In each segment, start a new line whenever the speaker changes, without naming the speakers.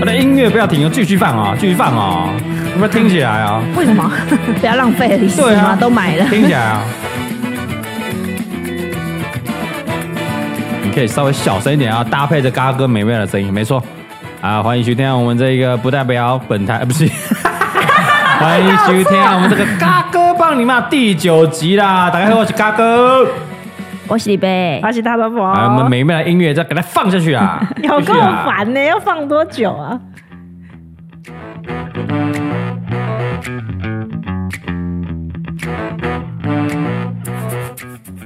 我的音乐不要停哦，继续放哦，继续放哦，有没有听起来啊、哦？
为什 么？不要浪费李
对啊，
都买了。
听起来啊、你可以稍微小声一点啊，搭配着嘎哥美妙的声音，没错。啊，欢迎收听我们这一个不代表本台，呃、不是。欢迎收听我们这个嘎哥帮你骂第九集啦！大家好，我是嘎哥，
我是李贝，
而且大萝卜，
啊，我们美妙的音乐再给它放下去啊！
有
继
够
续啊
烦呢、要放多久啊？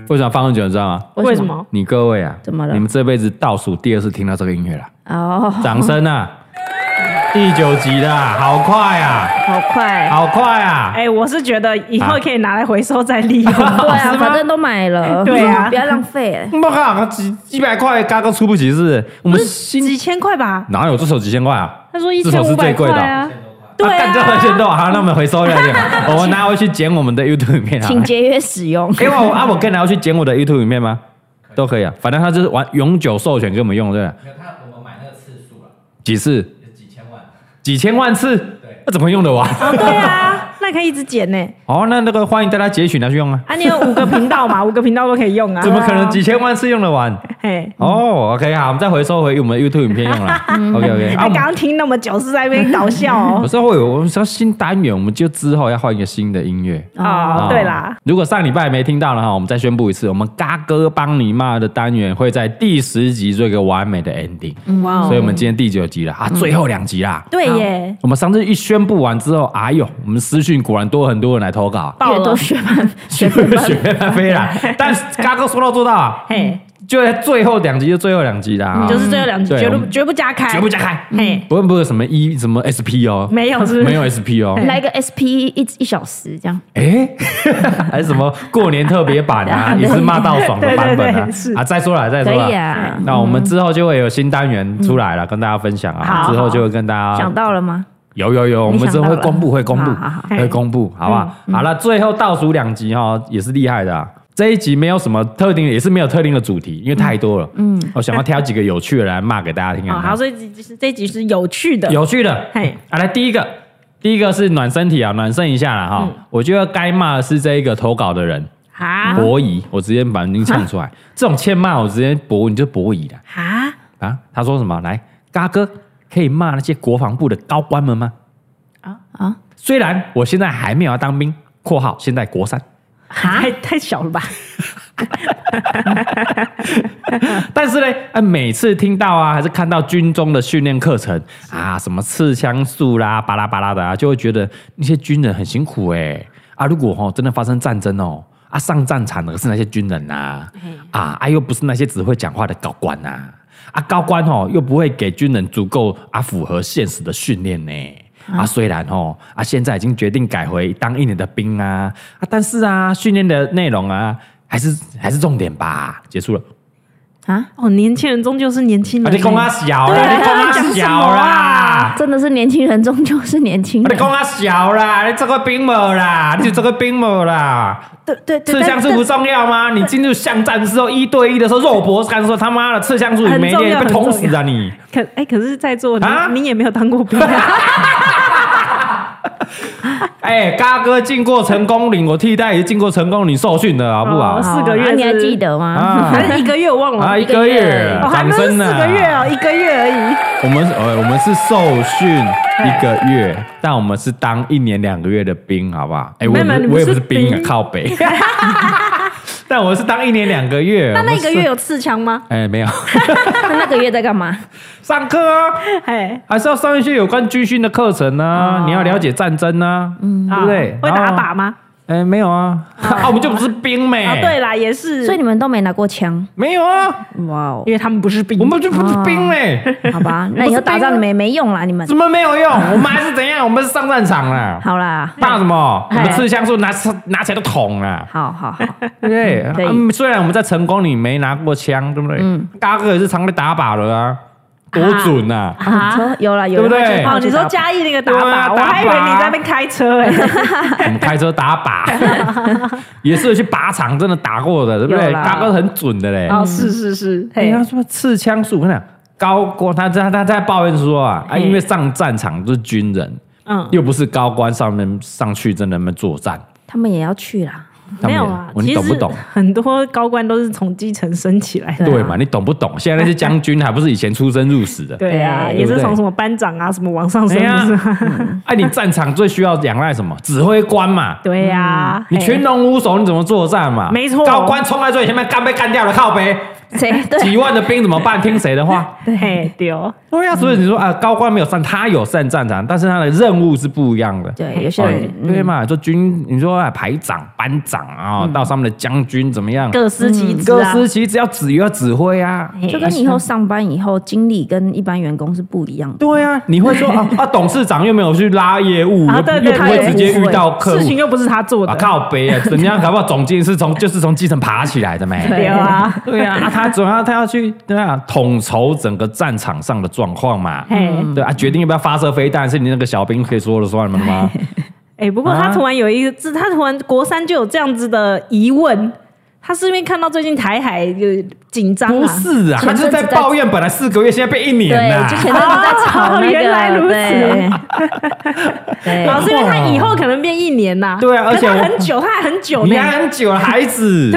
为什么放很久，你知道吗？
为什
什么？
你各位啊，
怎么了
你们这辈子倒数第二次听到这个音乐了，
哦，
掌声啊！第九集的，好快啊，
好快，
好快啊！
哎、我是觉得以后
啊
可以拿来回收再利 用。
对
是
啊，
吗
反正都买了，
对 啊
不要 浪费。
我靠，几几百块嘎哥出不起是不是？我们新
几千块吧？
哪有这首几千块啊？
他说一
这
千
首是
五
最
百
贵
块
的
啊，对
干这
啊
回，钱多好，那我们回收一下点， 我们拿回去剪我们的 YouTube 影片啊。
请节约使 用。
因为我啊，我可以拿回去剪我的 YouTube 影片吗？都可以啊，反正他就是玩永久授权给我们用，对吧？
没有他，我们买那个次数啊，
几次？
有几千万。
几千万次？那怎么用得 完？
对啊，那可以一直剪呢、
哦，那那个欢迎大家截取拿去用啊。
啊，你有五个频道嘛？五 个频道都可以用啊。
怎么可能几千万次用得完？
嗯
嘿，
哦、o k 好，我们再回收回我们的 YouTube 影片用了。OK
嗯
OK，啊，
他
我们
哎刚刚听那么久是在那边搞笑 哦
有。时候会有，我们说新单元，我们就之后要换一个新的音乐。
哦，
啊
对啦，
如果上礼拜没听到的话，我们再宣布一次，我们嘎哥帮你骂的单元会在第十集做一个完美的 ending，、
哇哦
所以我们今天第九集了
嗯
啊，最后两集啦。
对耶，
我们上次一宣布完之后，哎呦，我们私讯果然多很多人来投稿，
爆
越
了
多学满学分 班
学 飞飞啦。但是嘎哥说到做到啊，
嘿，
就在最后两集，就最后两集
嗯
啦，啊
就是最后两集
对
绝
我
不
们
绝不加开，
全部加开，
嘿，
不会不会什么一什么 SP 哦，
没有是不
没
是？
有 SP 哦，
来个 SP 一一小时这样，
哎， 还是什么过年特别版 啊，也是骂到爽的版本
对对
啊
对是，
啊，再说了再
可
说
以
了。
啊。
那我们之后就会有新单元出来了，跟大家分享啊。
嗯好
之后就会跟大家
想到了吗？
有有有，我
你
们
想
之
到
后
了
会公布会公布
好好好嗯
会公布，好不好？好了，最后倒数两集哈，也是厉害的啊。这一集没有什么特定的，也是没有特定的主题，因为太多了。嗯，我想要挑几个有趣的来骂给大家听看
哦，
看。
好，所以这集这集是有趣的，
有趣的，
嘿
啊，来第一个，第一个是暖身体啊，暖身一下了哈。
嗯
我觉得该骂的是这一个投稿的人，
啊
博弈，我直接把名字唱出
啊
来。这种欠骂，我直接博，你就博弈了
啊，
啊。他说什么？来，嘎哥可以骂那些国防部的高官们吗？啊
啊！
虽然我现在还没有要当兵（括号现在国三
太太小了吧？），
但是呢，啊，每次听到啊，还是看到军中的训练课程啊，什么刺枪术啦、巴拉巴拉的啊，就会觉得那些军人很辛苦哎、啊，如果哦真的发生战争哦，啊上战场的是那些军人呐、啊，啊又不是那些只会讲话的高官呐、啊，高官哦又不会给军人足够啊符合现实的训练呢、啊，虽然哦，啊，现在已经决定改回当一年的兵啊，啊，但是啊，训练的内容啊，还是还是重点吧。结束了。
啊，
哦，年轻人终究是年轻
啊，
人，
你讲啊小
嗯对
啦，
啊
你讲啊小啦，
真的是年轻人终究是年轻
啊你
人。
讲啊小啦，你这个兵没啦，你就这个兵没啦。
对对
刺枪术不重要吗？你进入巷战之后，一对一的时候，肉搏战的时候，他妈的刺枪术你没
很重
练
要
被捅死啊你！
可哎、可是在座你、
啊
你也没有当过兵、啊，
哎，嘎哥进过成功岭，我替代也进过成功岭受训的好不好
哦？四个月
啊
是
你还记得吗？
啊
反正一个月我忘了。
啊，一
个
个
月
月
我，还
掌
不是四
声啊！
个月哦，一个月而已。
我们呃，我们是受训一个月，但我们是当一年两个月的兵，好不好？哎、我
没有没有
也
你
不我也
不
不
是
是兵啊，
兵
靠 北。但我是当一年两个月。
那
我
那
们
一个
是
月有刺枪吗？
哎、没有
那那个月在干嘛？
上课啊，
哎，
还是要上一些有关军训的课程啊，你要了解战争啊，对不对？
嗯会
然后
打靶吗？
哎，没有啊，啊，我们就不是兵
啊
没，，
对啦，也 是，
所以你们都没拿过枪，
没有啊，
哇哦
因，为他们不是兵
我，们就不是兵嘞，
好吧，那以后打仗你们也没用啦，你们
怎么没有用？我们还是怎样？我们是上战场啦，
好啦，
怕什么？我
哎
们刺香术拿拿起来就捅啦。
好好 好，
对不对？
可以
啊虽然我们在成功里没拿过枪，对不对？
嗯
大哥也是常被打靶了啊，多准啊！
啊，说有了有
对不
了，
对
哦，你说
加
嘉义那个打
哎对啊
靶，我还以为
打靶
你在那边开车 哎，
我们开车打靶， 也是有去靶场真的打过的，对不对？
有啦
大哥很准的嘞。
哦，是是是，
人
嘿
家，说刺枪术，我跟你讲，高官他他他在抱怨说啊，啊，
嘿
因为上战场都是军人，
嗯，
又不是高官上面上去真的那么作战，
他们也要去 啦，
他们
没
也
有啊，
你
其
懂不
实
懂？
很多高官都是从基层升起来的，
对啊
对嘛？你懂不懂？现在那些将军还不是以前出生入死 的？
对啊，
对
也
对
是
不对
从什么班长啊什么往上升，
哎呀
不是吗？
哎，你战场最需要仰赖什么？指挥官嘛。
对呀，
嗯你
嘿
群龙无首，你怎么作战嘛？
没错
高官冲在最前面，干被干掉了，靠背
谁对
几万的兵怎么办？听谁的话？
嘿哦丢，
对呀、所以你说啊，高官没有上，他有上战场，但是他的任务是不一样的。
对，有些
哦
人嗯
对嘛？说军，你说啊，排长、班长啊、到上面的将军怎么样？
各司其职
嗯各
啊，
司其职，要指要指挥啊。
嘿
就跟你以后上班以后经理跟一般员工是不一样的，
对啊，你会说 啊啊，董事长又没有去拉业务，
啊
又不
对
又
对
不
对，
会直接遇到客
事
户
情，又不是他做
啊
的，
靠背啊，怎么样？搞不好总经理是从 就是从基层爬起来的没？
对啊，
对啊，啊他总要他要去对啊，统筹整个战场上的状况嘛。
嘿。
对啊，决定要不要发射飞弹是你那个小兵可以说了算了 吗？
哎、不过他
啊
突然有一个字，他突然国三就有这样子的疑问，他是因为看到最近台海有紧张
不
啊？
是啊，他就是
前阵子
在抱怨，本来四个月，现在变一年啊
对
了，
就前阵子在炒那
哦
个，
原来如此
对，对
老师，因为他以后可能变一年呐、
对啊
可是
而且
他
我
很久，他还很久呢
你。还很久了，孩 子。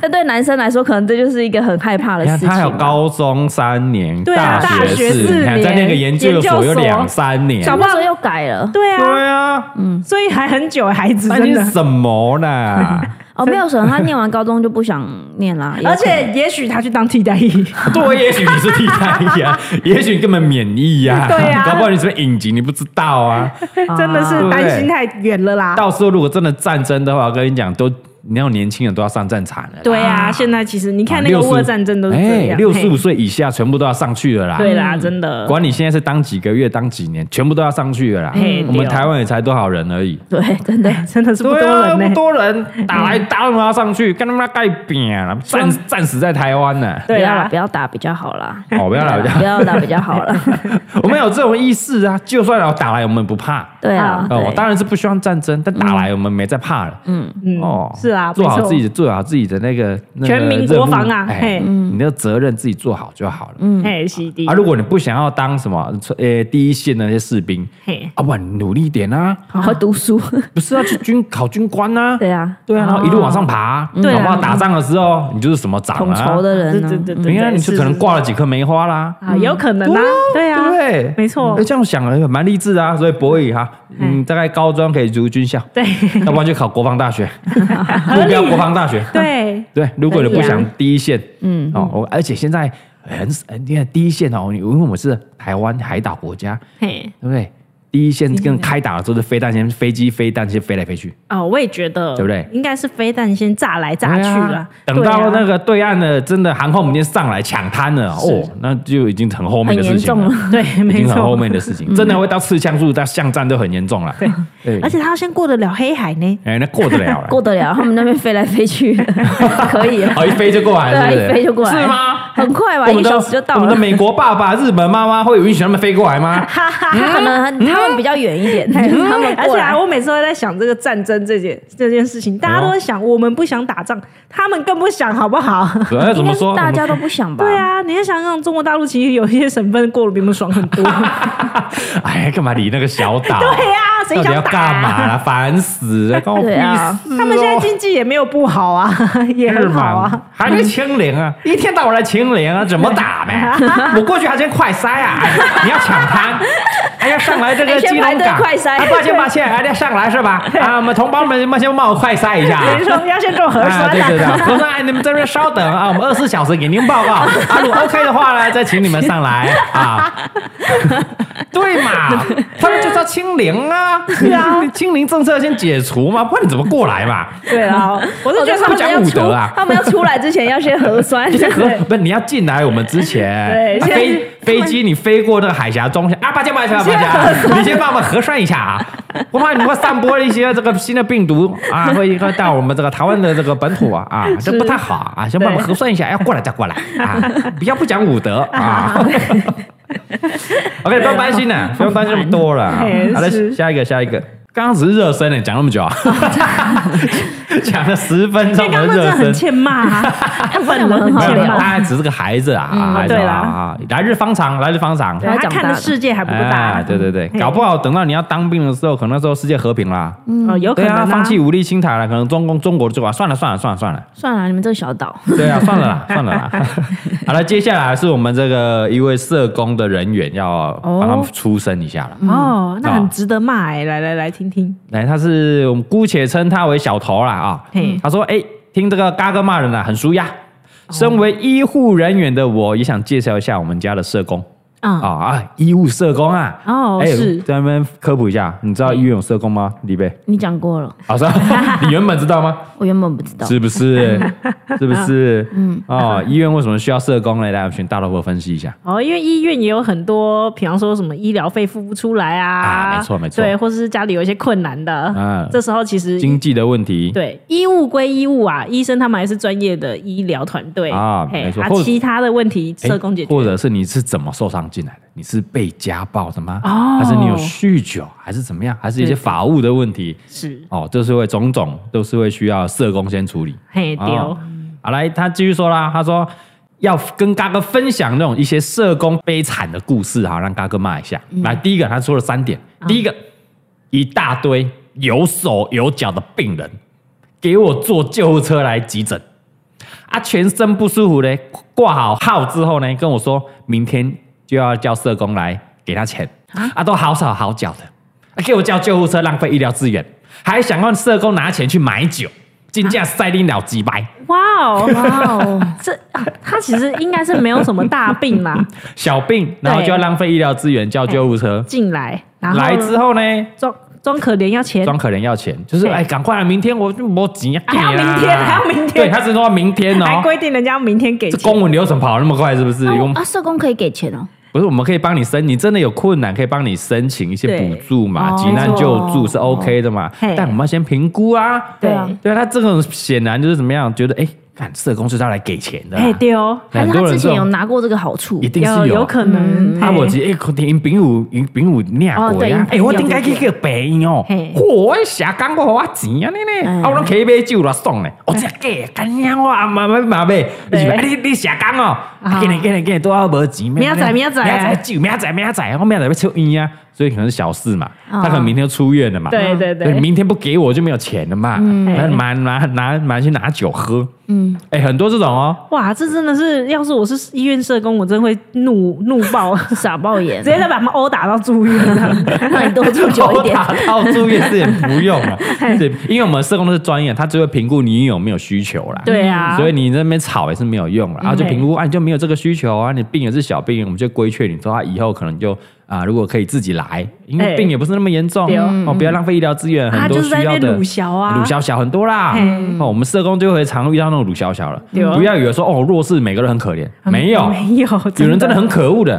但对男生来说，可能这就是一个很害怕的
你看
事情。
啊他还有高中三年，
对啊
大
大学
四
四
你看在那
年
个研究
研究
所有
所
两三年，
小报说又改了
对啊，
对啊，
所以还很久，孩子
那
真
你
的。
什么 啦？
哦，没有什么，他念完高中就不想念 啦，
而
嗯
且也许他去当替代役，
对，也许你是替代役 啊，也许你根本免疫呀、
对啊
搞不好你是不是隐疾，你不知道啊。
真的是担心太远了啦。
到时候如果真的战争的话，我跟你讲，都你要年轻人都要上战场了啦。
对啊，现在其实你看那个
65
乌俄战争都是这样，
哎六十五
嘿
岁以下全部都要上去了啦。
对啦，真的。
管你现在是当几个月、当几年，全部都要上去了啦。嗯
嘿
我们
对哦
台湾也才多少人而已，
对，真的
真的是不多
对啊
人呢、
不多人打来打去要上去，跟他们盖饼啊，战战死在台湾呢、
不
对
要啦，
啊
不，要打比较好啦，
哦，不要来，不要
不要打比较 好啦，
我们有这种意识啊，就算要打来，我们不 怕。
对啊，
哦，我
对
当然是不希望战争，但打来我们没在怕了。
嗯，
哦，
是啊，
做好
没错
自己的，做好自己的那个那个
全民
任务
国防啊
哎，
嘿
你的责任自己做好就好了。嗯，
嘿，洗涤
啊，如果你不想要当什么呃第一线的那些士兵，
嘿，
啊，不，你努力一点啊，
好好读书，
不是要去军考军官啊，
对啊，
对啊，然后一路往上爬啊，
对啊
搞不好打仗的时候你就是什么长
统筹
啊，
的人
对
呢
对，对对，
对啊，你就是可能
是
挂了几颗梅花啦。
啊，有可能啊，对啊，
对不对，
没错
哎这样想了蛮励志的啊，所以博宇哈，嗯，大概高中可以读军校，
对
要不然就考国防大学，目标国防大学。
对，
对，如果你不想第一线，
嗯，
哦，我而且现在很呃你看第一线哦，你因为我们是台湾海岛国家，
嘿，
对不对？第一线跟开打的时候是飞弹先飞机飞弹先飞来飞去，
哦，我也觉得，
对不对
应该是飞弹先炸来炸去
对
了
啊，等到那
个，
个对岸的真的航空母舰上来抢滩了，哦，那就已经很后面
很
的
严
事情
重
了。
了，
对，
已
没
经很后
错，
面的事情，真的会到刺枪术、到巷战都很严重了。对
而且他要先过得了黑海呢，
哎，那过得了了，
过得了，他们那边飞来飞去， 可以啊，
哎
哦，一飞就过来，
对
是不是？
啊，一飞就过来，
是吗？
很快吧，
我
一
们
个
的
小时就到
我们的
了。
美国爸爸、日本妈妈会允许他们飞过来吗？嗯
他可能很他们比较远一点，他们
哎而
过
且
来
啊，我每次都在想这个战争这件这件事情，大
哎
家都在想，我们不想打仗，他们更不想，好 不好？
哎，怎
应
么
该是
说？
大家都不想吧？
对，啊，你要想想，中国大陆其实有一些省份过得比我们爽很多。
哎，干嘛理那个小 岛？
对呀、谁
到底要
想打、
干嘛
啊？
啦？烦死了，关我屁
对啊
事哦！
他们现在经济也没有不好啊， 也
是
很好
吗
啊。？
还没清零啊！ 一天到 晚来清零啊，怎么打呗？我过去还真快塞啊！哎你要抢滩，哎哎呀，上来这个
哎先
基
排
隆
队
港，
快筛
啊，抱歉抱 歉，哎，要上来是吧？啊，我们同胞们，你们先帮我快塞一下 啊
有人。说要先做核
啊，
酸
对对对，
啊，
核酸，哎，你们这边稍等啊，我们二十四小时给您 报告。啊，如果 OK 的话呢，再请你们上来 啊。对嘛，他们就是要清零啊，是啊， 清零政策先解除嘛，不然你怎么过来嘛？
对啊，我是觉得他
不
们
讲
要
武
出
德啊，
他们要出来之前要先核 酸，
就
对
是和不是你要进来我们之前，
对
啊
先
飞飞机你飞过那个海峡中线啊，抱歉抱 歉抱歉，你先帮我们核算一下啊，我怕你会散播一些这个新的病毒 啊，会会到我们这个台湾的这个本土啊啊，这不太好啊，先帮我们核算一下，要过来再过来啊，不要不讲武德 啊。OK，不用担心 呢，不用担心那么多了。啊
嘿
好的，
哎是
下一个下一个。刚刚只是热身呢，讲那么久啊， 讲了十分钟的
刚哎刚真
热
的很
身，
欠骂 啊，他本人很
没有
欠
没有，
骂，
他只是个孩子啊，
嗯
孩子
对
啊
啦
啊，来日方长，来日方长。
对
他看的世界还不够大哦
哎，对对对，
嘿
搞不好等到你要当兵的时候，可能那时候世界和平啦，
哦，有可
对
能
啊，
啊
放弃武力清台了，可能中共中国就啊，算了算了算了 算了，
算了，你们这个小岛，
对啊，算了啦算了啦。好了，接下来是我们这个一位社工的人员要帮他们出声一下了。
哦，那
哦
很值得骂哎，来来来，听听，
来，哎他是我们姑且称他为小头啦啊。
嘿，
他说：“哎、听这个嘎哥骂人啊，很舒压。身为医护人员的我，也想介绍一下我们家的社工。”
嗯
啊、啊！医务社工啊，
哦
哎
是
在那边科普一下，你知道医院有社工吗？李贝，
你讲过了，
好、是 啊你原本知道吗？
我原本不知道。
是不是？是不是？嗯，哦，医院为什么需要社工呢？来，我们请大萝卜分析一下。
哦，因为医院也有很多，比方说什么医疗费付不出来啊，
啊没错没错
对，或是家里有一些困难的，
嗯
这时候其实
经济的问题，
对医务归医务啊，医生他们还是专业的医疗团队
啊
嘿
没错
啊
或者
其他的问题
哎
社工解决，
或者是你是怎么受伤进来的？你是被家暴的吗？
哦
还是你有酗酒，还是怎么样？还是一些
对
法务的问题？
是
哦，就是会种种都是会需要社工先处理。
嘿丢、
哦好，来，他继续说啦，他说要跟嘎哥分享那种一些社工悲惨的故事，哈，让嘎哥骂一下。来，第一个他说了三点，第一个、一大堆有手有脚的病人给我坐救护车来急诊，啊，全身不舒服嘞，挂好号之后呢，跟我说明天就要叫社工来给他钱，啊，都好手好脚的，啊给我叫救护车浪费医疗资源，还想让社工拿钱去买酒。进价塞丁了几百，
哇哦
哇哦，
这、啊他其实应该是没有什么大病啦，
小病，然后就要浪费医疗资源叫救护车。
进来然后
来之后呢，
装装可怜要钱，
装可怜要钱，就是
对
哎，赶快啊，明天我就没急啊，
还要明天还要明天
对，他只说明天
还
哦。
规哦定人家明天给
这
钱，
公文流程跑得那么快，是不是？
啊
我
我
们
啊，社工可以给钱哦，
不是，我们可以帮你申，你真的有困难可以帮你申请一些
对
补助嘛，
哦
急难救助是 OK 的嘛。
哦嘿
但我们要先评估啊。
对
对
啊
对啊，他这种显然就是怎么样，觉得哎，看社工是他来给钱的啊，
嘿丢。
还
很
是
多
他
人
之
这
前有
种
拿过这个好处
一？定
有
是有啊
可能，
啊，
嗯嘿
我是诶，可能丙午丙丙午领
哦
过
对
呀
因，
诶，
因
我
有
顶该去叫白银哦
嘿，
我下讲过我钱啊你呢，
嗯
啊我拢起买酒啦爽嘞，我这哦假干娘我阿妈妈妈呗，你是不是啊你你下讲哦，啊
啊
今日今日今日都要无钱，
明仔明仔
明仔酒，明仔明仔，我明仔要抽烟啊，所以可能是小事嘛，他可能明天就出院了嘛，
对对对
所以明天不给我就没有钱了嘛，那拿拿拿拿去拿酒喝，嗯，哎，很多这种哦，
哇，这真的是，要是我是医院社工，我真会怒怒爆， 直
傻爆眼，
接再把他们殴打到住院。
让你多住久一 点
我。打到住院是也不用 了，
哎
对，因为我们社工都是专业，他只会评估你有没有需求啦。
对啊
所以你那边吵也是没有用了，然后就
对
评估啊，你就没有这个需求啊，你病也是小病，我们就规劝你说啊，以后可能就啊，如果可以自己来，因为
哎
病也不是那么严重
对哦
哦，不要浪费医疗资源，很
他
多
就是
需
在那
要
边
的
鲁。小啊，
鲁小小很多啦
嘿，
哦，我们社工就会常遇到那种鲁小小了，
对哦
不要以为说哦弱势每个人很可怜，
嗯
没有，
没有，
有人真的很可恶的，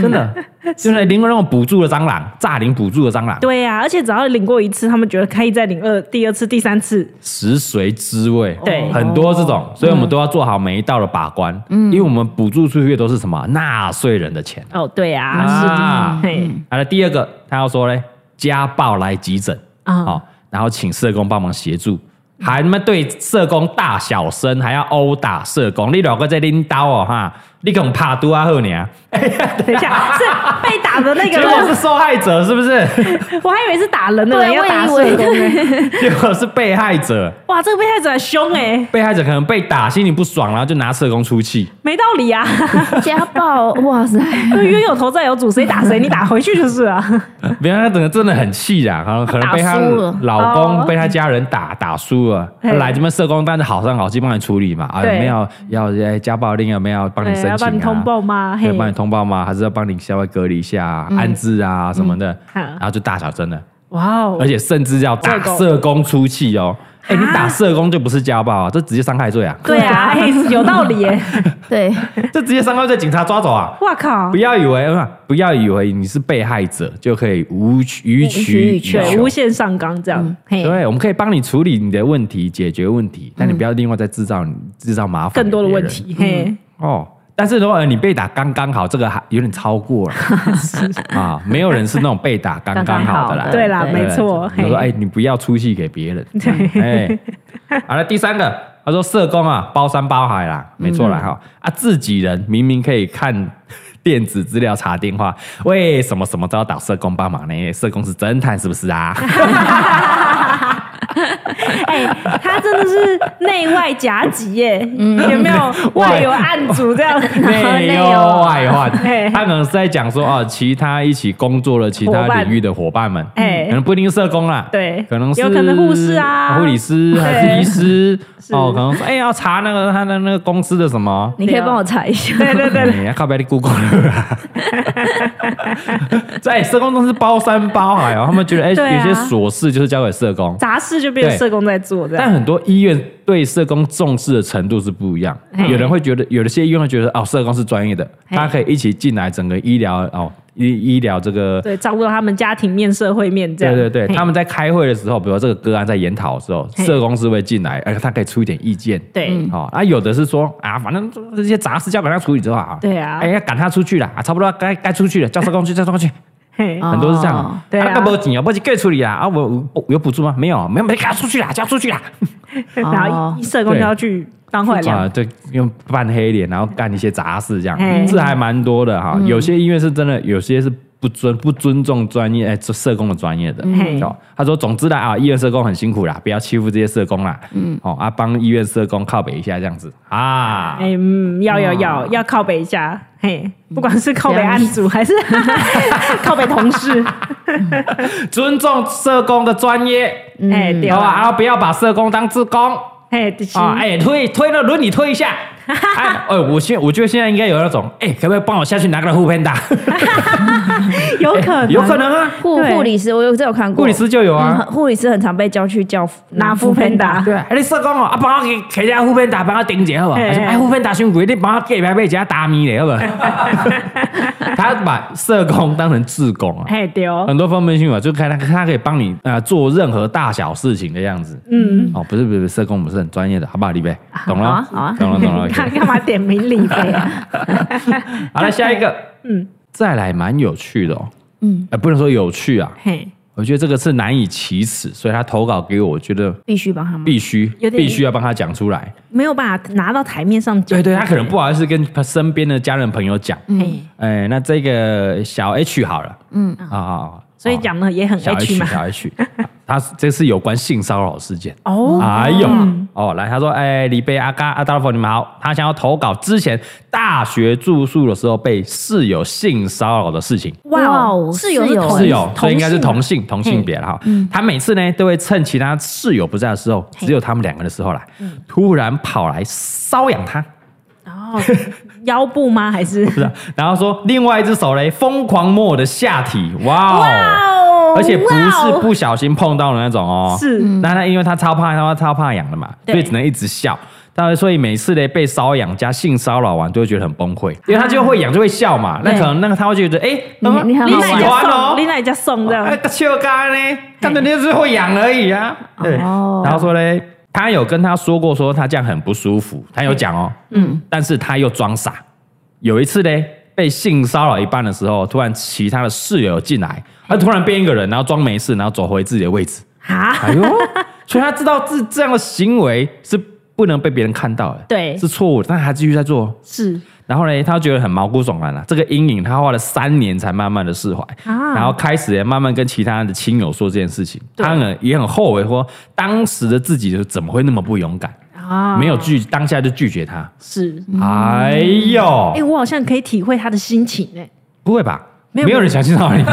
真的就是领过那种补助的蟑螂，诈领补助的蟑螂，
对呀、而且只要领过一次，他们觉得可以再领二、第二次、第三次。
食髓知味，
对
很多这种，所以我们都要做好每一道的把关，因为我们补助出去都是什么纳税人的钱
哦，对呀、是的，
啊。
嘿，
好了，第二个他要说嘞，家暴来急诊
啊
好，然后请社工帮忙协助。还他妈对社工大小声，还要殴打社工，你老哥在拎刀哦哈！你给我们怕多啊后你啊，
等一下，是被打的那个
结果
人
是，受害者是不是？
我还以为是打人的
对
人要
我也
打
以
社
为
工欸。
结果是被害者，
哇，这个被害者很凶哎，
被害者可能被打，心里不爽，然后就拿社工出气。
没道 理啊！
家暴，哇塞，
冤有头债有主，谁打谁，你打回去就是啊。
别人他整个真的很气啦，可能可能被她
打输了
老公、
哦
被她家人打打输了，
嘿
来这边社工，但是好声好气帮你处理嘛，啊，有
哦对
没有要要家暴令有没有帮你
对，
申
哎要帮
请
你通
啊？
报吗？
对
嘿，
帮你通报吗？还是要帮你校外隔离一下啊、安置啊什么的？
嗯
然后就大小声了，
哇哦
而，且甚至要打
社工啊
社工出气哦。哎，你打社工就不是家暴啊，这直接伤害罪啊，
对 啊，嘿有道理耶！
对，
这直接伤害罪，警察抓走啊！
哇靠
不，要以为不要以为你是被害者就可以无取予取予求嗯
对，无限上纲
嗯
这样，嘿，
对，啊我们可以帮你处理你的问题，解决问题，但你不要另外再制造制造麻烦给
更多的
别
问
人
题，嘿，
哦。但是如果你被打刚刚好，这个还有点超过了啊，没有人是那种被打刚刚好的啦。
刚刚好
对啦，
对
没错，
他
嘿
说：“哎，你不要出气给别 人。”哎，好了，第三个，他说社工啊，包山包海啦，
嗯
没错啦哈、啊，自己人明明可以看电子资料查电话，为什么什么都要打社工帮忙呢？社工是侦探是不是 啊？
哎，他真的是内外夹击耶，
嗯
有没有外有暗主 这样？
内
哦
忧外 患
嘿，
他可能是在讲说哦，其他一起工作的其他领域的伙伴们，
哎
可能不一定是社工啦，
对
可能是
有可能护士啊
护理师还是
对
医师，
是
哦，可能说哎要查那个他的那个公司的什么。
你可以帮我查一下。
对对对，
嗯你要靠边的 Google 了 啦，在社工都是包山包海哦，他们觉得哎、
对啊
有些琐事就是交给社工，
杂事就变成社工在做这样。
但很多医院对社工重视的程度是不一样，
嘿
有人会觉得，有的些医院会觉得哦，社工是专业的，
嘿
他可以一起进来整个医疗哦，医医疗这个。
对，照顾到他们家庭面、社会面这样。
对对对，
嘿
他们在开会的时候，比如说这个个案在研讨的时候，
嘿嗯
社工是会进来，而哎他可以出一点意见。
对
哦，啊，有的是说啊，反正这些杂事交给他处理之后啊，
对啊
哎呀，赶他出去了啊，差不多该该出去了，叫社工去，叫社工去，
嘿
哦
很多是这样啊。
对啊
那没钱啊，没钱可以处理啦，啊，我我有补助吗？没有，没有，没给他出去啦，叫他出去啦。
然后一社工就要去当坏人。
哦啊，对，用扮黑脸，然后干一些杂事，这样
嘿嗯
这还蛮多的哈。有些医院是真的，有些是不尊不尊重专业，哎，这社工的专业的。
嘿
哦，他说，总之啦啊，医院社工很辛苦啦，不要欺负这些社工啦。嗯，哦啊，帮医院社工靠北一下这样子啊。
哎，嗯，要要要要靠北一下，
嗯
嘿，不管是靠北案 主还是靠北同事，
尊重社工的专业，
哎，对
好吧？
啊，
啊，不要把社工当志工。
嘿，就是
嗯
啊，哎、推推了轮椅推一 下。哎、哎我现我觉得现在应该有那种，哎、可不可以帮我下去拿个护片 打？
有可能，
有可能啊，
护
对
护理师，我有这有看过，
护理师就有啊
嗯，护理师很常被叫去叫
拿副喷打，
对，哎，你社工哦，啊，帮我给给人家护片打，帮我顶一下好不好？
嘿
他说哎，护片打伤贵，你帮我给别被人家打米嘞，好 不好？他把社工当成志工啊，
嘿，对哦，
很多方面性嘛，就看他他可以帮你呃做任何大小事情的样子。
嗯，
哦，不是不是，不是社工不是很专业的，好不好？李贝，懂
好
了
啊好
哦
啊，
懂了懂了。OK
看干嘛点名李飞 啊？
好了，下一个，嗯
嗯，
再来蛮有趣的哦，
嗯
嗯，不能说有趣啊，
嘿，
我觉得这个是难以启齿，所以他投稿给我，我觉得
必须帮他们。
必须
有点
必须要帮他讲出来。
没有办法拿到台面上讲，
对对，他可能不好意思跟他身边的家人朋友讲。
嘿，
哎，那这个小 H 好了，嗯啊啊，
所以讲的也很
小
H 嘛，
小 H，他 这是有关性骚扰事件。
哦，
哎呦，哦，来，他说，哎，李贝、阿嘎、阿达佛，你们好。他想要投稿之前大学住宿的时候被室友性骚扰的事情。
哇哦
室友
室友
同
室友，
同
所以应该是
性
同性同性别了哈。他每次呢都会趁其他室友不在的时候，只有他们两个的时候啦，突然跑来搔痒他，
哦，腰部吗？还是
是啊，然后说另外一只手嘞疯狂摸我的下体，哇哦！
哦
而且不是不小心碰到的那种哦，
是
嗯
那他因为他超怕他超怕痒的嘛，
对
所以只能一直笑。但所以每次嘞被瘙痒加性骚扰完，就会觉得很崩溃，因为他就会痒就会笑嘛。那
对
可能那个他会觉得，哎，
你
嗯
你很
喜
好玩
那家
欢哦哎
送，，你那家送这
那
样，
个笑干呢，干的就是会痒而已啊。对，
哦
然后说嘞，他有跟他说过，说他这样很不舒服，他有讲哦，嗯，但是他又装傻。有一次嘞，被性骚扰一半的时候，突然其他的室友进来，他突然变一个人，然后装 没事，然后走回自己的位置。
哈，
哎呦，所以他知道这这样的行为是不能被别人看到，哎
对
是错误的，但他继续在做。
是
然后呢，他觉得很毛骨悚然了、啊这个阴影他花了三年才慢慢的释怀，
啊
然后开始也慢慢跟其他的亲友说这件事情，
对
他很也很后悔说当时的自己就怎么会那么不勇敢，
啊
没有拒当下就拒绝他。
是，
哎
哎、
呦，
我好像可以体会他的心情哎、
不会吧？
没
没
有
有人想见到你，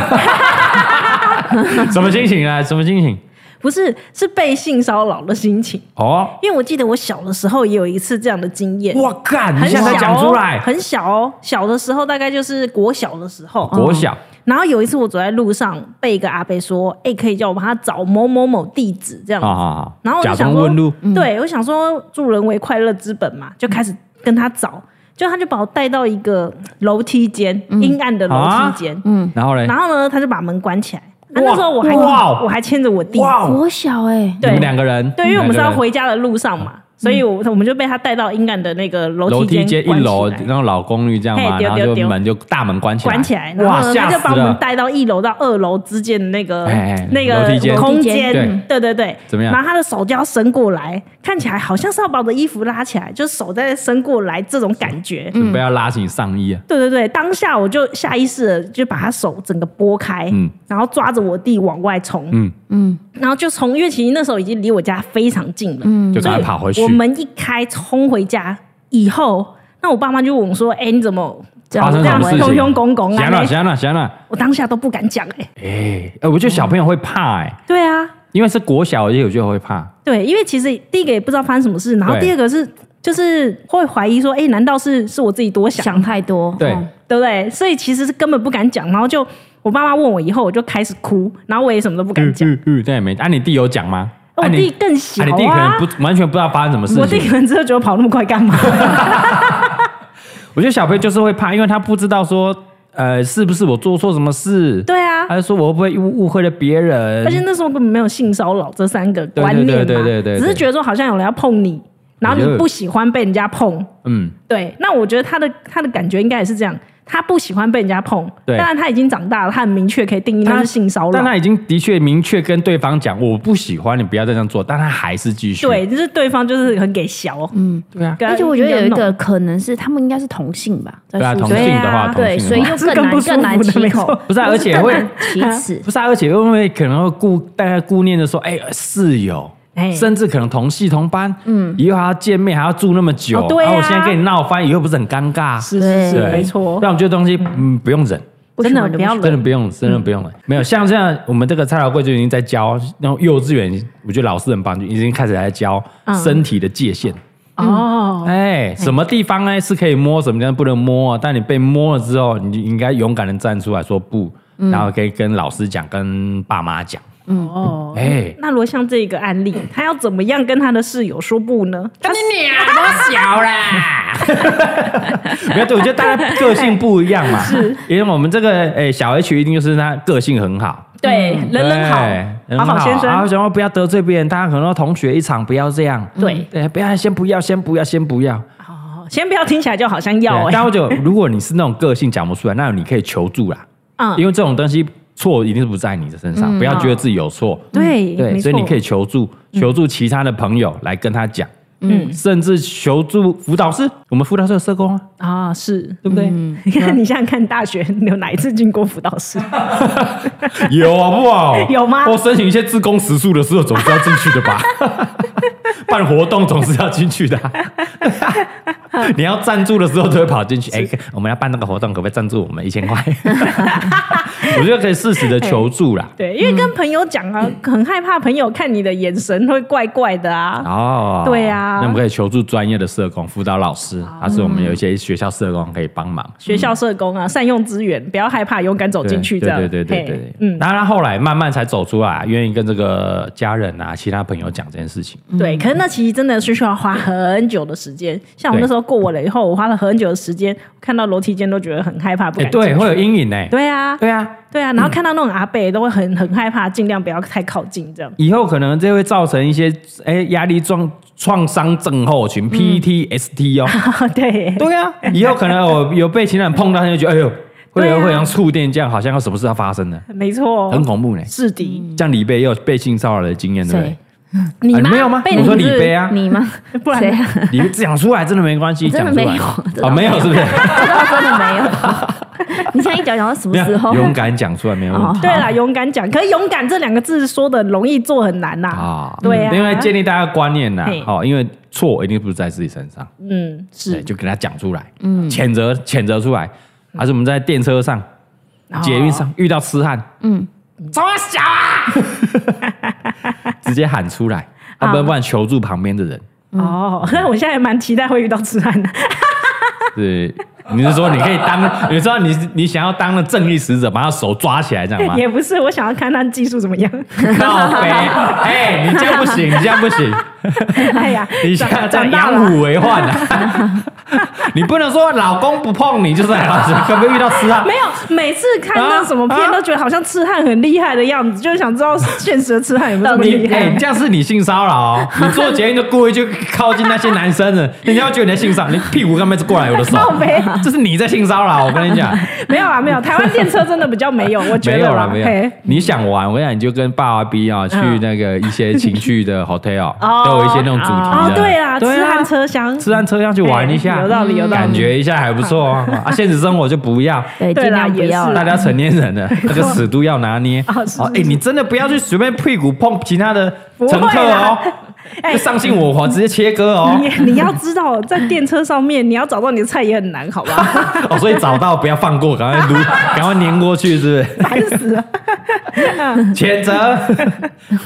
什么心情啊？什么心情？
不是是被性骚扰的心情，
哦，
因为我记得我小的时候也有一次这样的经验，
我干，你
很
现在才
小
讲
哦
出来，
很小哦，小的时候大概就是国小的时候。
哦国小
然后有一次我走在路上，被一个阿伯说：“哎、可以叫我帮他找某某某地址这样
啊
子。
啊，啊
嗯然后我就
假
想
装
说，
问路，
对我想说助人为快乐之本嘛，就开始跟他找，就他就把我带到一个楼梯间，阴暗的楼梯间，
然后嘞，
嗯然后呢他就把门关起来。啊、
啊哎哇
那时候我还
哇
我还牵着我弟，
哇哦，
国小哎、
你
对
们两个人，
对，因为我们是
两
要
个人
回家的路上嘛，所以我我们就被他带到阴暗的那个楼
楼梯间
间
一楼，
关起来
然后老公寓这样嘛，
嘿丢
然后就
丢丢
门就大门关起来，
关起来，然
哇，
后呢他
吓
就把
死
我们
了！
带到一楼到二楼之间的那个
哎哎
那
楼梯间
个空间
对，
对对对，
怎么样
然后他的手就要伸过来，看起来好像是要把我的衣服拉起来，就手在伸过来这种感觉。
准备要拉起上衣啊，
对对对，当下我就下意识的就把他手整个拨开，
嗯
然后抓着我弟往外冲，
嗯
然后就从，因为其实那时候已经离我家非常近了，
嗯就赶
所
快
以
跑回去
嗯我。门一开，冲回家以后，那我爸妈就问我说：“哎、你怎么这
发
样
生
这
什
样
么事情？
凶凶公公
行
啊
了？”行了行了，
我当下都不敢讲哎、
哎哎，我觉得小朋友会怕哎，
对啊，
因为是国小，也有些会怕。
对，因为其实第一个也不知道发生什么事，然后
对
第二个是就是会怀疑说，哎、难道是是我自己多想，
想太多，
对，
嗯
对不对？所以其实是根本不敢讲，然后就我爸妈问我以后，我就开始哭，然后我也什么都不敢讲。哦
嗯嗯，对，没。啊，你弟有讲吗？
我
啊你
弟更小
啊，你弟可能
啊，
不完全不知道发生什么事
我弟
情。
可能真的觉得跑那么快干嘛？
我觉得小朋友就是会怕，因为他不知道说，呃，是不是我做错什么事？
对啊，
他就说我会不会误误会了别人？
而且那时候根本没有性骚扰这三个观念
对对
嘛，
对对对对
只是觉得说好像有人要碰你，然后你不喜欢被人家碰。
嗯，
对，那我觉得他的他的感觉应该也是这样，他不喜欢被人家碰。
对
当然他已经长大了，他很明确可以定义那是性骚
但
扰。
他已经的确明确跟对方讲，我不喜欢你，不要再这样做，但他还是继续。
对，就是对方就是很给小，
对啊，
嗯
跟
而且我觉得有一
弄
个可能是他们应该是同性吧，在
对啊，
宿
同
舍
性的话，
对啊
同
对，
性
所
的
以
话，
又
是
更
更
难
不舒
更难
服的
启
没
口
错，
不是啊
更
而且会
难启齿，
不是、啊，而且因为可能会顾大家顾念的说，哎、室友。
哎
甚至可能同系同班，嗯，以后还要见面，还要住那么久，
哦对啊
然后我现在跟你闹翻，以后不是很尴尬？
是是是，
对，
没错。
但我觉得东西，嗯，不用忍，
不
真的
喜欢就
不嗯要
喜
真的不用，真的不用了。没有像这样，我们这个蔡老贵就已经在教，然后幼稚园，我觉得老师很棒，就已经开始在教
嗯
身体的界限。
哦，
哎，什么地方呢是可以摸，什么地方不能摸啊？但你被摸了之后，你就应该勇敢的站出来说不，
嗯
然后可以跟老师讲，跟爸妈讲。
哦，
哎，
那如果像这个案例，他要怎么样跟他的室友说不呢？他是
都小 啦。没有，对，我觉得大家个性不一 样嘛。是，因为我们这个哎小 H 一定就是他个性很好，
对人人好
对，人
好
很
好先
然后
生，
想说不要得罪别人，大家可能说同学一场，不要这样。
对，
对，不要，先不要，先不要，先不要。
哦先不要听起来就好像要
对
哎
但，我就如果你是那种个性讲不出来，那你可以求助啦。
嗯
因为这种东西错一定是不在你的身上，不要觉得自己有错。
嗯对
对，
没
所以
错
你可以求助，求助其他的朋友来跟他讲，
嗯
甚至求助辅导师。我们辅导师有社工啊，
啊是。
对不对？
你看，你想想看，大学你有哪一次进过辅导室？
有好不好？
有吗
我申请一些自工时数的时候，总是要进去的 吧？办活动总是要进去的啊、你要赞助的时候，都会跑进去。哎、我们要办那个活动，可不可以赞助我们一 千块？我觉得可以适时的求助啦。
对，因为跟朋友讲啊，
嗯
很害怕朋友看你的眼神会怪怪的啊。
哦，
对啊
那
嗯
我们可以求助专业的社工、辅导老师，还是我们有一些学校社工可以帮忙。
学校社工啊，善用资源，不要害怕，勇敢走
对
进去，这样
对对对对
嘿
对，嗯，
嗯，
当然他后来慢慢才走出来，愿意跟这个家人啊、其他朋友讲这件事情。
对，可是那其实真的是需要花很久的时间。像我
对
那时候过我了以后，我花了很久的时间，看到楼梯间都觉得很害怕，不
哎、
敢进去、
对，会有阴影呢、
对啊，
对啊，
对啊，然后看到那种阿伯都会很很害怕，尽量不要太靠近这样。
以后可能这会造成一些哎压力创创伤症候群 PTSD 哦。
对，
对啊，以后可能我有被情人碰到，他就觉得哎呦，会
对
有
啊
会像触电这样，好像有什么事要发生了，
没错，
很恐怖呢。嗯
是的，
像李贝也有被性骚扰的经验，对不对
谁？
你
啊
吗？
没有吗？
被
我
你
说
是
李贝啊，
你吗？
不然
谁啊？
你讲出来真的没关系，
我真
讲
的
出来
没有真的
哦，没有是不是？
我倒真的没有。 你现在一讲讲到什么
没
时候
有？ 勇敢讲出来没有问题
哦对啊啦，勇敢讲，可是勇敢这两个字说的容易，做很难呐、
啊。
对呀、
因为建立大家的观念呐
嘿，
哦，因为错一定不是在自己身上，
嗯
对，就给他讲出来，嗯，谴责谴责出来，还是我们在电车上、
哦
捷运上遇到痴 汉，
嗯，
怎么小啊？直接喊出来，啊，不然不然求助旁边的人。
哦，那我现在还蛮期待会遇到痴汉的，
对，你是说你可以 当，你知道你你想要当了正义使者，把他手抓起来这样吗？
也不是，我想要看他技术怎么样。
靠北，哎、你这样不行，你这样不行，
哎呀，
你这
长
样这样
长大了
养虎为患啊！ 你不能说老公不碰你就是 老公，可不可以遇到吃啊？
没有，每次看到什么
啊
片
啊
都觉得好像痴汉很厉害的样子，就是想知道现实的痴汉有没有这么
你
厉
哎、
害
你。这样是你性骚扰哦、你做节目就故意去靠近那些男生 的，人家会觉得你在性骚扰，你屁股上面过来我的手
靠背，
这是你在性骚扰，我跟你讲。
没有啦，没有，台湾电车真的比较 没有，我觉
没
得
有
啦
啦，没有
嘿。
你想玩，我跟你讲，你就跟爸爸 B 啊去
嗯
那个一些情趣的 hotel，
哦
都有一些那种主
哦
题，的，
对啦，痴
对啊
汉车厢，
吃完车上去玩一下，
有道理，有道
感
理。
觉一下还不错 啊。啊，现实生活就不要，
对，
对
尽
啦
量不要
也
大
了。
家成年人 了，那个尺度要拿捏。
哦是
哦，哎，
是
你真的不要去随便屁股碰其他的乘
不
客
会
哦
啦，哎
就上性我滑直接切割 哦。
你你要知道，在电车上面，你要找到你的菜也很难，好吧？
哦，所以找到不要放过，赶快撸，赶快粘过去，是不
烦死了。
是？谴 责。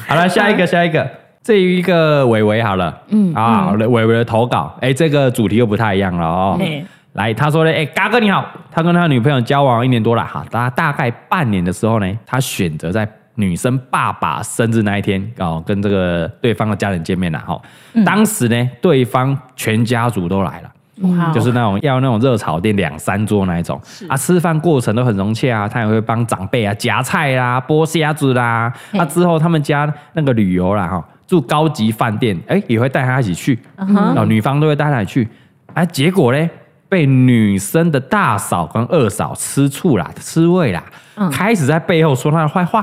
好了，下一个，下一个。这一个伟伟好了，嗯啊，伟伟的投稿，哎，这个主题又不太一样了哦。
嘿
来，他说呢，哎、嘎哥你好，他跟他女朋友交往一年多了，哈，大大概半年的时候呢，他选择在女生爸爸生日那一天哦，跟这个对方的家人见面了，哈、哦，当时呢，对方全家族都来了。
哇
就是那种要那种热炒店两三桌那一种啊，吃饭过程都很融洽啊，他也会帮长辈啊夹菜啦、剥虾子啦，啊之后他们家那个旅游啦哈，住高级饭店，哎、也会带他一起去，
嗯
然后女方都会带他一起去，啊结果嘞被女生的大嫂跟二嫂吃醋啦、吃味啦，开始在背后说他的坏话，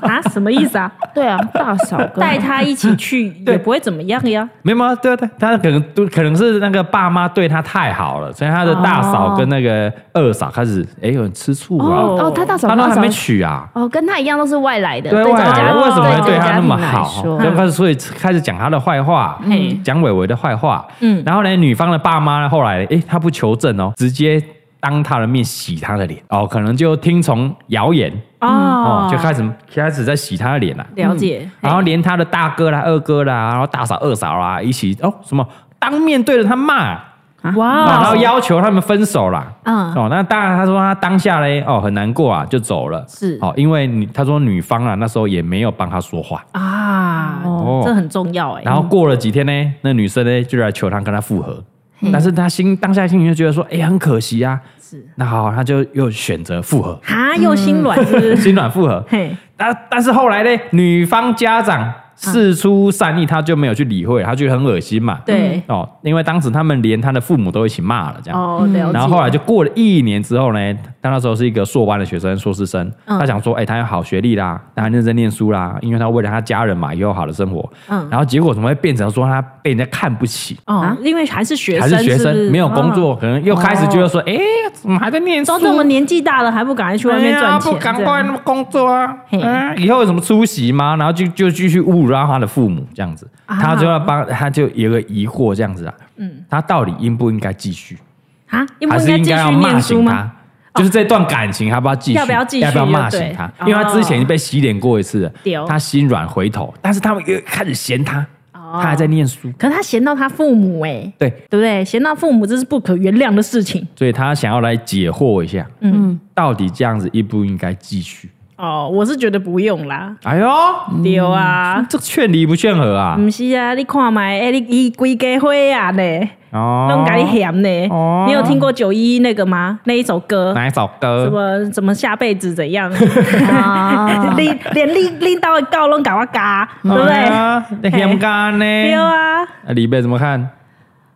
啊，什么意思啊？
对啊，大嫂跟
带他一起去也不会怎么样呀。
没有吗？对啊对啊，他可能都可能是那个爸妈对他太好了，所以他的大嫂跟那个二嫂开始哎有点吃醋啊，
哦，他大嫂
他
跟
都
大
还
嫂
没娶啊。
哦，跟他一样都是外来的，
对外
这个
来
家
为什么会
这个
对他
家
那么
庭来
好？
啊说
然后所以开始讲他的坏话
嗯，
讲伟伟的坏话。
嗯
然后呢，女方的爸妈呢后来，哎，他不求证哦，直接当他的面洗他的脸哦，可能就听从谣言哦
哦，
就开始开始在洗他的脸了。
了解。
然后连他的大哥啦、二哥啦，然后大嫂、二嫂啦，一起哦什么当面对着他骂，嗯
哇哦
然后要求他们分手啦。
嗯
哦，那当然，他说他当下嘞，哦很难过啊，就走了。
是
哦，因为你他说女方啊那时候也没有帮他说话。
啊，
哦
这很重要哎。
然后过了几天呢，那女生呢就来求他跟他复合，但是他心当下心里就觉得说，哎、很可惜啊。是，那好，他就又选择复合，
哈，又心软是不是？
心软复合。
嘿，
但但是后来呢，女方家
嗯
长事出善意，他就没有去理会，他觉得很恶心嘛。
对，
哦，因为当时他们连他的父母都一起骂了，这样。
哦，了解。
然后后来就过了一年之后呢，他那时候是一个硕班的学生，硕士生，
嗯
他想说，哎、他有好学历啦，他认真念书啦，因为他为了他家人嘛，也有好的生活。
嗯
然后结果怎么会变成说他被人家看不起？
哦，因为还是学
还
生，
是学
是不是哦嗯
生没有工。作，可能又开始觉得说，哎、怎么还在念书
都？这么年纪大了，还不赶快去外面
哎呀
赚钱？
不赶
这
快
样
那么工作啊！
嘿
嗯，以后有什么出息吗？然后就就继续侮辱到他的父母这样子，
啊
他就要帮，他就有个疑惑这样子啊，嗯
嗯，
他到底应不应该继续？
啊，应不
还
应
是
该
应
继
该要
续
骂
念书
醒
吗？哦
他？就是这段感情，要不要继续？
要不要继续
要不要骂醒
对
他？因
哦
为他之前已经被洗脸过一次
对
了，他心软回头，但是他们又开始嫌他，
哦
他还在念书，
可是他嫌到他父母哎、
对，
对不对？嫌到父母这是不可原谅的事情
所以他想要来解惑一下，嗯，到底这样子应不应该继续？
哦。我是觉得不用啦，
哎呦，
丢、啊，
这劝离不劝和啊！
不是啊，你看嘛，哎、你你规家伙啊呢，
哦，
弄给你嫌呢。
哦
你有听过九一那个吗？那一首歌。
哪一首歌？
什么什么下辈子怎样？
啊，
拎连拎拎刀的告拢搞
嗯哎
我嘎，对不对？
那香干呢？
丢啊！
啊李贝怎么看？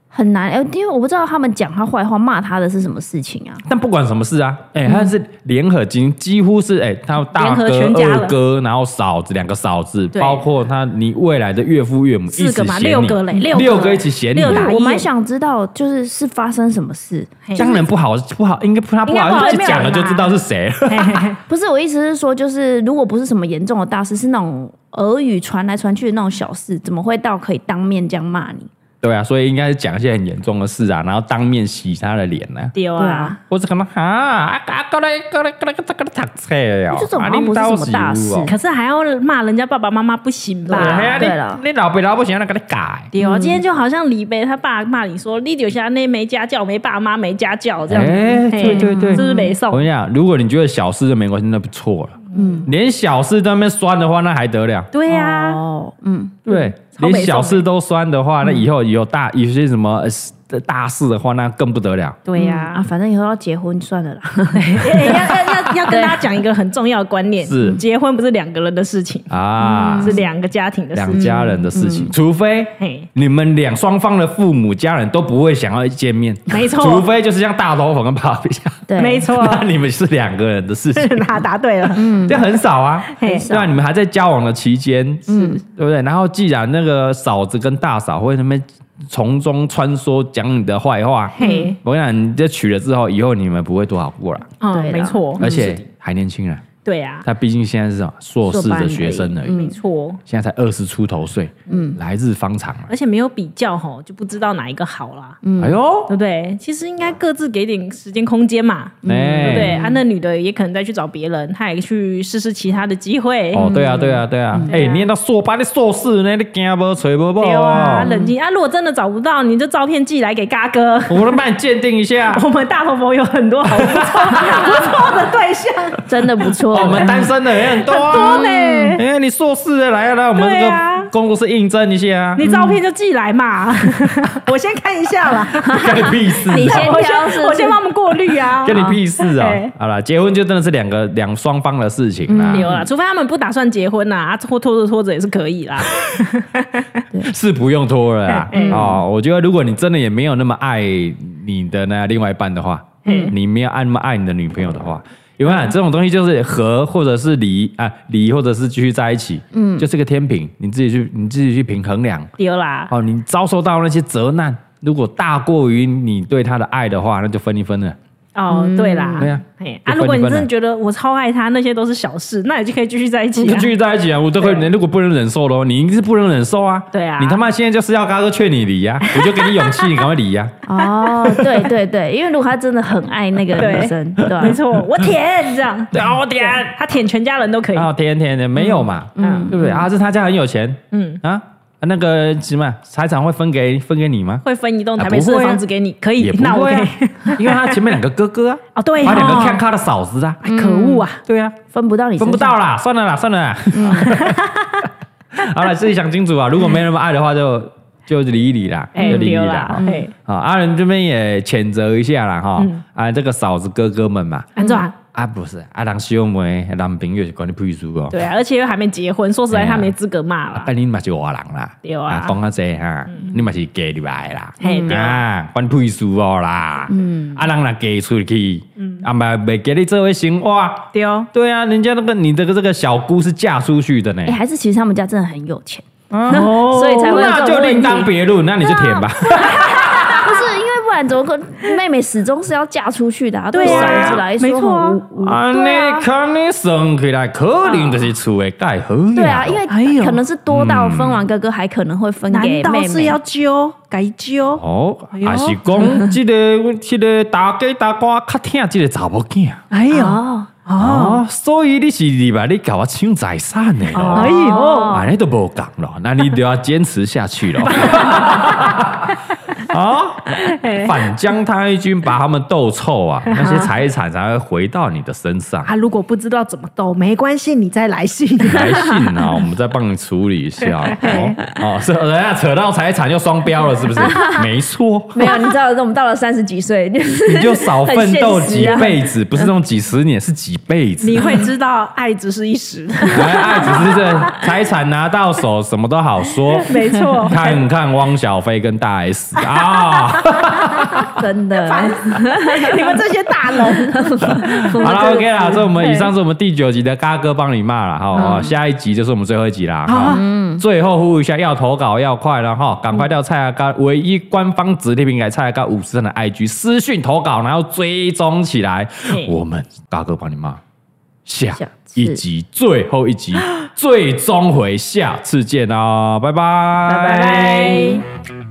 很难，呃因为我不知道他们讲他坏话、骂他的是什么事情啊。
但不管什么事啊，哎、他是联合金，几乎是哎、他有大
联合
哥
全、家了
二哥，然后嫂子两个嫂子，
对
包括他你未来的岳父岳母，
四个嘛
一起嫌你
六个嘞
六
六
个
个
一起嫌你哎
六，打
对，
一
我蛮想知道，就是是发生什么事。
嘿
当然不好不好，应该不他不
应该不
好
好
意思讲了就知道是谁了。
嘿嘿嘿
不是我意思是说，就是如果不是什么严重的大事，是那种耳语传来传去的那种小事，怎么会到可以当面这样骂你？
对啊，所以应该是讲一些很严重的事啊，然后当面洗他的脸呢、啊。
对
对
啊
啊，
或者可能啊啊啊，过来过来过来过来读册哦，
这种
啊
好像不是什么大事
你到时有哦
可是还要骂人家爸爸妈妈不行
对嗯
吧？
啊，
对
嘿啊
了
你你老爸老母想要给你改，
对哦，今天就好像李贝他爸骂你说，你留下那没家教，没爸妈，没家教这样子，
哎
嘿
对对对
是不是没
我
送
跟？你讲，如果你觉得小事就没关系，那不错了。嗯，连小事在那边酸的话，那还得了？
对啊呀，
哦，嗯，
对，
超
连
没嗯
小事都酸的话，那以后有大有些什么呃大事的话，那更不得了。
对
啊，
呀，
反正以后要结婚算了啦。
哎要要要要跟大家讲一个很重要的观念，
是
结婚不是两个人的事情，
啊，
嗯是嗯两个家庭的事
两
情。
家人的事情，除非
嘿
你们两双方的父母家人都不会想要见面，
没错
除非就是像大头粉跟芭比一样，
对，
没错，啊
那你们是两个人的事情，
那答对了，
嗯
这很少 啊，
嘿
对啊，你们还在交往的期间，嗯，对不对？然后既然那个嫂子跟大嫂会在那边从中穿梭讲你的坏话，
嗯
嘿，
我跟你讲，你这娶了之后，以后你们不会多好过了，
嗯，
对啦
没错，
而且还年轻人，
对啊，
他毕竟现在是什么硕士
硕班
的学生而已，
没错，
现在才二十出头岁，嗯，来日方长了。
而且没有比较吼，就不知道哪一个好啦，
嗯
哎呦，
对不对？其实应该各自给点时间空间嘛，对不对？
哎，
啊，那女的也可能再去找别人，她也去试试其他的机会。
哦，对啊，对啊，对啊，哎，
对啊
念到硕班的硕士呢，你惊不吹不不？
对
哦
啊，冷静啊！如果真的找不到，你就照片寄来给嘎 哥。
我能帮你鉴定一下。
我们大头佛有很多好不错 不错的对象，
真的不 错。
哦我们单身的也很多啊，
多 嘞
哎，你硕士的来啊来，我们这
对啊
个工作室应征一下啊，
你照片就寄来嘛。 我先看一下 啦，
干屁事啊，
你先
我
挑是不
先
是
我先帮他们过 滤啊。
干你屁事啊
哎！嗯
好了，结婚就真的是两个两双方的事情啦，
有啦，啊除非他们不打算结婚啦，啊，拖拖着拖着也是 可以啦。
是不用拖了啦。
嗯
哦，我觉得如果你真的也没有那么爱你的那另外一半的话，
哎
你没有那么爱你的女朋友的话，有没有这种东西就是和或者是离啊离或者是继续在一起，嗯，就是个天平，你自己去你自己去平衡量。
丢啦，
哦，你遭受到那些责难，如果大过于你对他的爱的话，那就分一分了。
哦，对啦，
对啊
嘿
就
啊，
分
如果
一
你
分
真
啊
的觉得我超爱他，那些都是小事，那你就可以继续在一起
就
啊
继。续在一起啊！我都会，如果不能忍受的话，你一定是不能忍受啊！
对啊
你他妈现在就是要嘎哥劝你离 呀、我就给你勇气，你赶快离呀、
哦，对对对，因为如果他真的很爱那个女生，对吧
没？错，我舔这样，
对啊，我啊点。
他舔全家人都可以
然。后天天的没有嘛，
嗯，
对不对啊？这他家很有钱，
嗯
啊，那个什么财产会分给分给你吗？
会分一栋
啊
台北市
不
的
会啊
房子给你，可以
也，不
那我
会
可
啊
以。，
因为他前面两个哥哥 啊，
哦，对
他两个看
哦，
他的嫂子啊，
可恶啊！
对啊，
分不到你身上，
分不到啦，算了啦，算了啦。
嗯
好了，自己想清楚啊。如果没那么爱的话就，就理一理啦，
哎，
就理一理
丢
啦。
啦
哈，
哎，
好，啊阿仁这边也谴责一下啦，哈、
嗯
啊，这个嫂子哥哥们嘛，
安怎啊？
啊不是，啊人兄妹，人朋友是管你屁事哦。
对啊，而且又还没结婚，说实
哎
在
呀
他没资格骂
啊
啦，。
你嘛是华人啦，
对啊
讲啊这哈，
嗯
你嘛是嫁入来的啦，
嘿对
啊，管屁事哦啦，嗯，啊人若嫁出去，
嗯
啊嘛袂给你做伙生活，
对哦，
对啊，人家那个你的这个小姑是嫁出去的呢
哎，，还是其实他们家真的很有钱，
哦
所以才会有
那
这种
就另
问题啊
当别论，那你就舔 吧。
不是因为不然怎么可妹妹始终是要嫁出去的啊？
对
啊
嫂子来说
没错啊
很无无
啊，
对啊
你看你算起来，可能就是厝的盖好了。
对啊，因
哎呦嗯
为可能是多到分完哥哥还可能会分
难
给
道
妹
是
妹
要。揪改揪？
哦，
哎呦
还是 讲这个这个大家大哥较疼这个查某囝
哎呦
哦，
哦，
哦，所以你是入来你搞我抢财产的咯。
哎呦，
啊，那都无讲咯，那你就要坚持下去 咯。啊，反将他一军，把他们斗臭
哎
啊，那些财产才会回到你的身上。
啊，如果不知道怎么斗，没关系，你再来信。
来信啊，我们再帮你处理一下哦。哦，是人家扯到财产就双标了，是不 是？没错，
没有，你知道，我们到了三十几岁，
你
你
就少奋斗几辈子，不是那种几十年，是几辈子。
你会知道爱只是一时，
哎，爱只是这财产拿到手，什么都好说。
没错。
看看汪小菲跟大 S 啊，啊、
真的。
你们这些大人，
好了，OK 啦，这我们以上是我们第九集的嘎哥帮你骂了哈，下一集就是我们最后一集啦。哈最后呼吁一下，要投稿要快了哈，赶快到蔡阿嘎唯一官方指定平台蔡阿嘎五十三的 IG 私讯投稿，然后追踪起来。我们嘎哥帮你骂，下
下次
一集最后一集最终回，下次见哦，拜拜，
拜拜。